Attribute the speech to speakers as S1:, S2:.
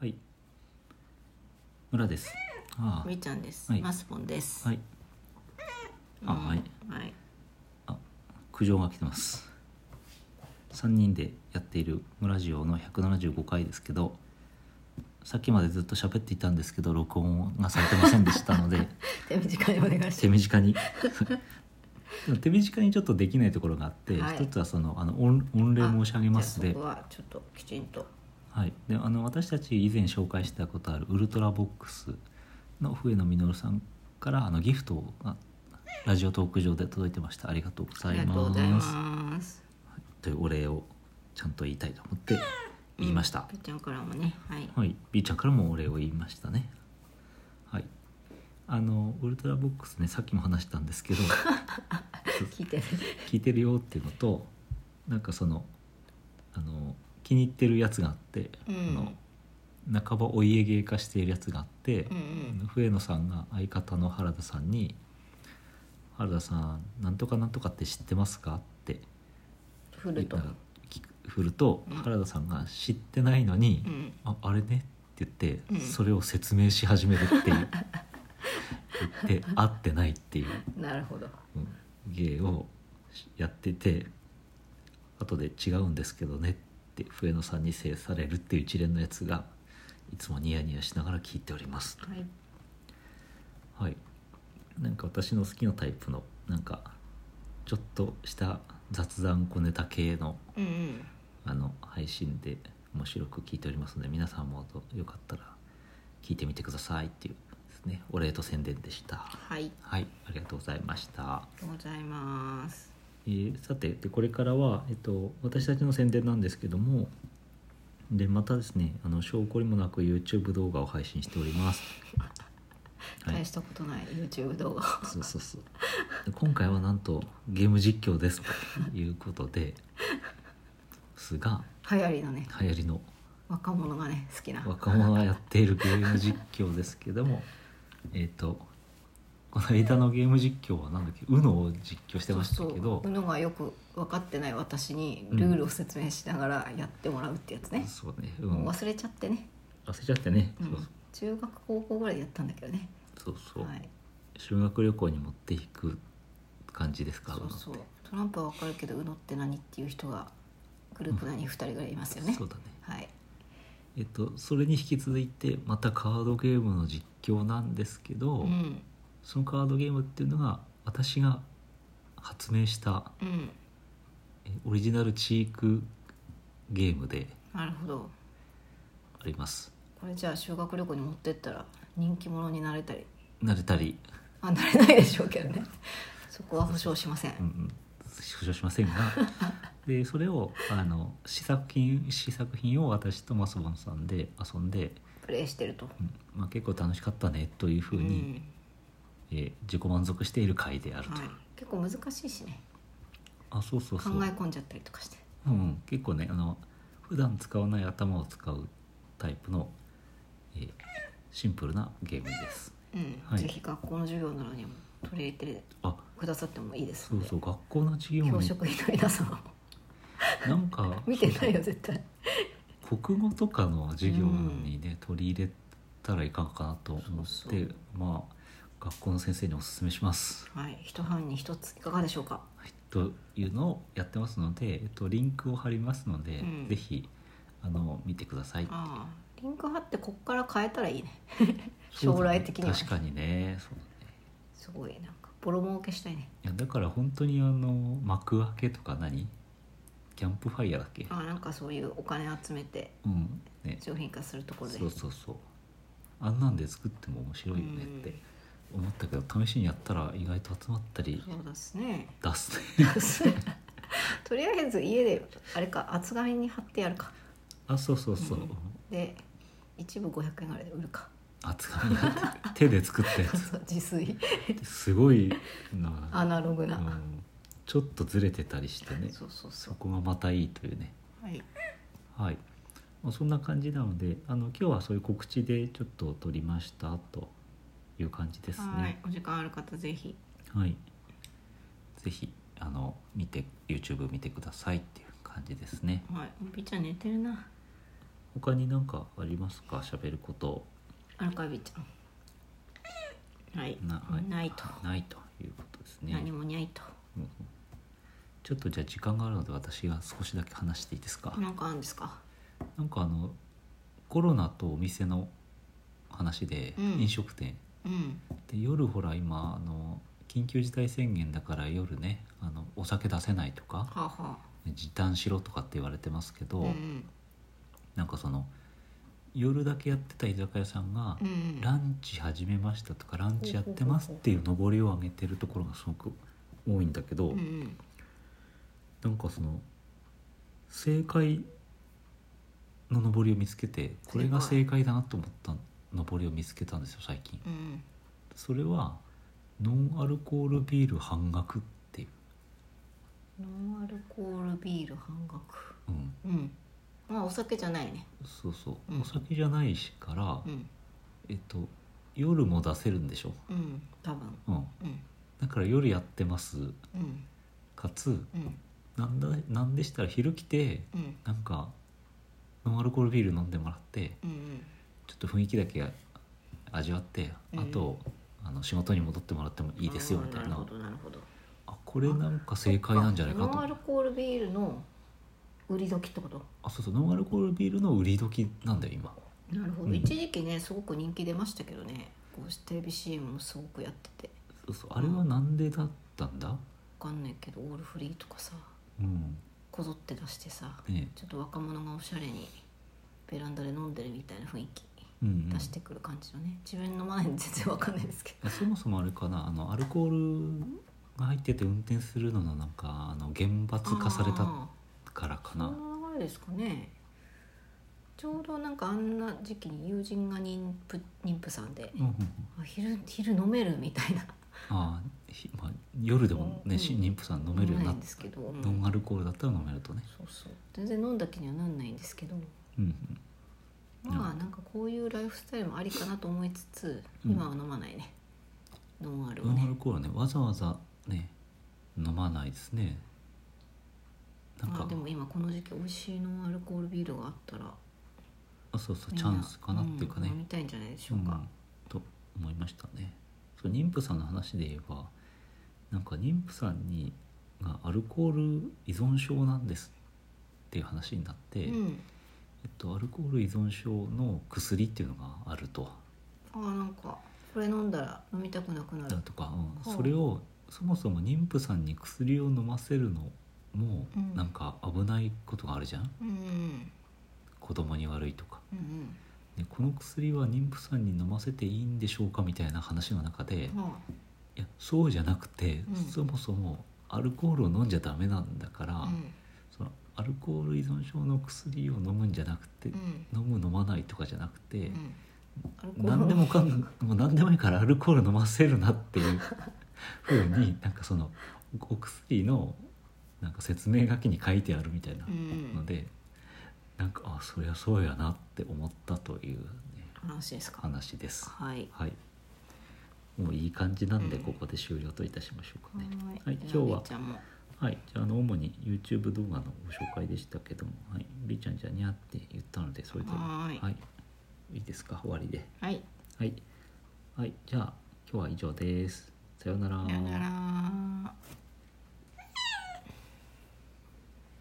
S1: はい。村です。あ
S2: みーちゃんです、
S1: はい
S2: マスボンです
S1: あ。はい。あ、
S2: うん
S1: はい。
S2: はい
S1: あ、苦情が来てます。三人でやっている村ジオの175回ですけど、さっきまでずっと喋っていたんですけど録音がされてませんでしたので、
S2: 手短に お願いします
S1: 手短に。 でも手短にちょっとできないところがあって、
S2: はい
S1: 一つはそのあの御御礼申し上げます
S2: あ
S1: で
S2: じゃあそこ、はちょっときちんと
S1: はい、であの私たち以前紹介したことあるウルトラボックスの笛野実さんからあのギフトがラジオトーク上で届いてましたありがとうご
S2: あ
S1: ざ
S2: り
S1: い
S2: がとうご
S1: ます
S2: ざいます
S1: というお礼をちゃんと言いたいと思って言いました、
S2: みーちゃんからもねはい
S1: はい、B ちゃんからもお礼を言いましたねはいあのウルトラボックスねさっきも話したんです けど
S2: 聞いてね
S1: 聞いてるよっていうのとなんかそのあの気に入ってるやつがあって、
S2: うん
S1: あの半ばお家芸化しているやつがあって、
S2: うんうん
S1: 笛野さんが相方の原田さんに「原田さんなんとかなんとかって知ってますか?」って
S2: フルと
S1: なんか聞く振ると
S2: うん
S1: 原田さんが知ってないのに
S2: うん
S1: 「ああれね」って言って、
S2: うん
S1: それを説明し始めるっていう 言って合ってないっていう
S2: なるほど
S1: うん芸をやってて後で違うんですけどねって笛野さんに制されるっていう一連のやつがいつもニヤニヤしながら聞いております。
S2: はい
S1: はい、なんか私の好きなタイプのなんかちょっとした雑談小ネタ系の
S2: うんうん
S1: あの配信で面白く聞いておりますので皆さんもよかったら聞いてみてくださいっていうですねお礼と宣伝でした
S2: はいあり
S1: はいありがとうございました、
S2: がとうございます
S1: えーさてでこれからは、えっと、私たちの宣伝なんですけどもでまたですねあの証拠りもなく YouTube 動画を配信しております、はい
S2: 大したことない YouTube 動画
S1: そうそうそうで今回はなんとゲーム実況ですということですが
S2: 流行りのね
S1: 流行りの
S2: 若者がね好きな
S1: 若者がやっているゲーム実況ですけどもえっ、とこの間のゲーム実況はなんだっけ UNO を実況してましたけ
S2: そう
S1: ど
S2: そううのがよく分かってない私にルールを説明しながらやってもらうってやつね、
S1: そうね、う
S2: も
S1: ん、
S2: う
S1: 忘
S2: 忘れちゃってね、
S1: れちゃってね、
S2: うん中学高校ぐらいでやったんだけどね
S1: そうそうそう、
S2: はい、
S1: 修学旅行に持っていく感じですか
S2: そう
S1: UNO
S2: そう
S1: って
S2: トランプは分かるけど「うのって何?」っていう人がグループ内に2人ぐらいいますよね、
S1: そうだね
S2: はい
S1: えっ、とそれに引き続いてまたカードゲームの実況なんですけど、
S2: うん
S1: そのカードゲームっていうのが私が発明した
S2: うん
S1: えオリジナルチークゲームで
S2: なるほど
S1: あります
S2: これじゃあ修学旅行に持ってったら人気者になれたり
S1: 慣れたり、
S2: あなれないでしょうけどねそこは保証しません、
S1: うんうん、保証しません がでそれをあの試作品試作品を私とマスボンさんで遊んで、
S2: プレイしてると
S1: うんまあ、結構楽しかったねというふうに、えー自己満足している回である
S2: う
S1: と
S2: ん、
S1: いう、
S2: はい、結構難しいしね
S1: あそうそう
S2: 考
S1: そう
S2: え込んじゃったりとかして
S1: うんうん、結構ねあの普段使わない頭を使うタイプの、えーシンプルなゲームです
S2: うん、
S1: はい
S2: ぜひ学校の授業などにも取り入れて
S1: あ
S2: くださってもいいです
S1: そうそう学校の授業
S2: 教
S1: に
S2: 職員の皆様も
S1: なんか
S2: 見てない
S1: そ
S2: よ
S1: う
S2: 絶対
S1: そう国語とかの授業にね、取り入れたらいかんかなと思って
S2: そうそう
S1: まあ学校の先生におすすめします
S2: はい一班に一ついかがでしょうか
S1: はいというのをやってますので、えっと、リンクを貼りますので、
S2: うん
S1: ぜひあの見てください
S2: ああリンク貼ってこっから変えたらいいね
S1: そうだ
S2: 将
S1: ね
S2: 来的には
S1: 確かにねそうだね
S2: すごいなんかボロ儲けしたいね
S1: いやだから本当にあの幕開けとか何キャンプファイヤーだっけ
S2: ああなんかそういうお金集めて
S1: うんね
S2: 商品化するところで
S1: そうそうそうあんなんで作っても面白いよねって思ったけど試しにやったら意外と集まったり
S2: そうですね
S1: 出すね
S2: とりあえず家であれか厚紙に貼ってやるか
S1: あそうそうそう
S2: うんで一部500円ぐらいで売るか
S1: 厚紙やって手で作ったや
S2: そうそう自炊
S1: つすごいな、
S2: アナログ
S1: う
S2: な、
S1: ん、ちょっとずれてたりしてね
S2: そうそうそ
S1: そこがまたいいというね
S2: うはい
S1: はい、まあ、そんな感じなのであの今日はそういう告知でちょっと撮りましたという感じです
S2: はい
S1: ね。
S2: お時間ある方ぜひ
S1: はい、ぜひあの見て YouTube 見てくださいっていう感じですね。
S2: はいおびちゃん寝てるな
S1: 他になんかありますか喋ること
S2: アルカビちゃんはい
S1: な,、はい、
S2: ないと
S1: ないということですね
S2: 何もにゃいと
S1: うんちょっとじゃあ時間があるので私が少しだけ話していいですか
S2: なんかあるんですか
S1: なんかあのコロナとお店の話で
S2: うん
S1: 飲食店、
S2: うん
S1: で夜ほら今あの緊急事態宣言だから夜ねあのお酒出せないとか
S2: はあは
S1: 時短しろとかって言われてますけど、
S2: あうん
S1: なんかその夜だけやってた居酒屋さんが
S2: う、ん
S1: ランチ始めましたとかランチやってますっていう上りを上げてるところがすごく多いんだけど、
S2: うんうん
S1: なんかその正解の上りを見つけてこれが正解だなと思った上りを見つけたんですよ最近
S2: うん
S1: それはノンアルコールビール半額っていう、
S2: ノンアルコールビール半額
S1: うん、
S2: うんまあお酒じゃないね
S1: そうそう
S2: うん
S1: お酒じゃないしから、
S2: うん
S1: えっと夜も出せるんでしょ、
S2: うん多分
S1: うん、
S2: うん
S1: だから夜やってます
S2: うん
S1: かつ
S2: うん
S1: なんだなんでしたら昼来て
S2: うん
S1: なんかノンアルコールビール飲んでもらって
S2: うん
S1: ちょっと雰囲気だけ味わって、
S2: うん
S1: あとあの仕事に戻ってもらってもいいですよみたい
S2: なる
S1: な
S2: ほどなるほど
S1: あこれなんか正解なんじゃないか
S2: ノンア
S1: と
S2: ルコールビールの売り時ってこと
S1: あそうそうノンアルコールビールの売り時なんだよ今
S2: なるほど、
S1: うん
S2: 一時期ねすごく人気出ましたけどねこうしてテレビ CM もすごくやってて
S1: そうそうあれはなんでだったんだ
S2: わかんないけどオールフリーとかさ
S1: うん
S2: こぞって出してさ
S1: ね
S2: ちょっと若者がおしゃれにベランダで飲んでるみたいな雰囲気
S1: うんうん
S2: 出してくる感じのね、自分の前に全然わかんないですけ
S1: そもそもあれかなあのアルコールが入ってて運転するののなんかあの厳
S2: ど
S1: 罰化された
S2: あ
S1: からか
S2: ーそ
S1: な
S2: の流れですかねちょうどなんかあんな時期に友人が妊婦妊婦さんで、
S1: うんうんうん
S2: あ昼昼飲めるみたいな
S1: あーひまあ夜でもね、
S2: うん
S1: 新妊婦さん飲めるようにな
S2: ない
S1: っ
S2: んで
S1: て
S2: すけど、
S1: ノンアルコールだったら飲めるとね
S2: そうそう全然飲んだ気にはなんないんですけど
S1: うんうん
S2: まあなんかこういうライフスタイルもありかなと思いつつ、
S1: うん
S2: 今は飲まないねノンアルを
S1: ノンア
S2: ね
S1: ルコールはねわざわざね飲まないですねなん
S2: ま
S1: か
S2: あでも今この時期美味しいノンアルコールビールがあったら
S1: あそうそう
S2: みん
S1: チ
S2: な
S1: ャンスかなっていうかね
S2: ん、飲みたいんじゃないでしょう
S1: う
S2: か
S1: ん、と思いましたねそう妊婦さんの話で言えばなんか妊婦さんにがアルコール依存症なんですっていう話になって、
S2: うん、
S1: えっと、アルコール依存症の薬っていうのがあると
S2: あーなんかこれ飲んだら飲みたくなくなる
S1: だとか、うん
S2: ほう
S1: それをそもそも妊婦さんに薬を飲ませるのも
S2: うん
S1: なんか危ないことがあるじゃん、
S2: うんうん
S1: 子供に悪いとか
S2: うん
S1: でこの薬は妊婦さんに飲ませていいんでしょうかみたいな話の中で、
S2: うんはい
S1: やそうじゃなくて、
S2: うん
S1: そもそもアルコールを飲んじゃダメなんだから、
S2: あうん
S1: そのアルコール依存症の薬を飲むんじゃなくて、
S2: うん
S1: 飲む飲まないとかじゃなくて、
S2: うんアルコール
S1: 何でもかんもう何でもいいからアルコール飲ませるなっていうふう になんかそのお薬のなんか説明書きに書いてあるみたいな
S2: うん
S1: ので、なんかあそりゃそうやなって思ったという、ね、
S2: 話ですか
S1: 話です。
S2: はい
S1: はい。もういい感じなんで、
S2: うん
S1: ここで終了といたしましょうかね。はい、
S2: じゃ
S1: 今
S2: あ
S1: 日
S2: み
S1: は
S2: ーち、ゃんも
S1: はい、じゃあ、あの、主に YouTube 動画のご紹介でしたけども、はい、りーちゃんじゃあにゃって言ったので、それで、
S2: はーい
S1: いいですか、終わりで。
S2: はい
S1: はい、はい、じゃあ、今日は以上です。さよう
S2: さよなら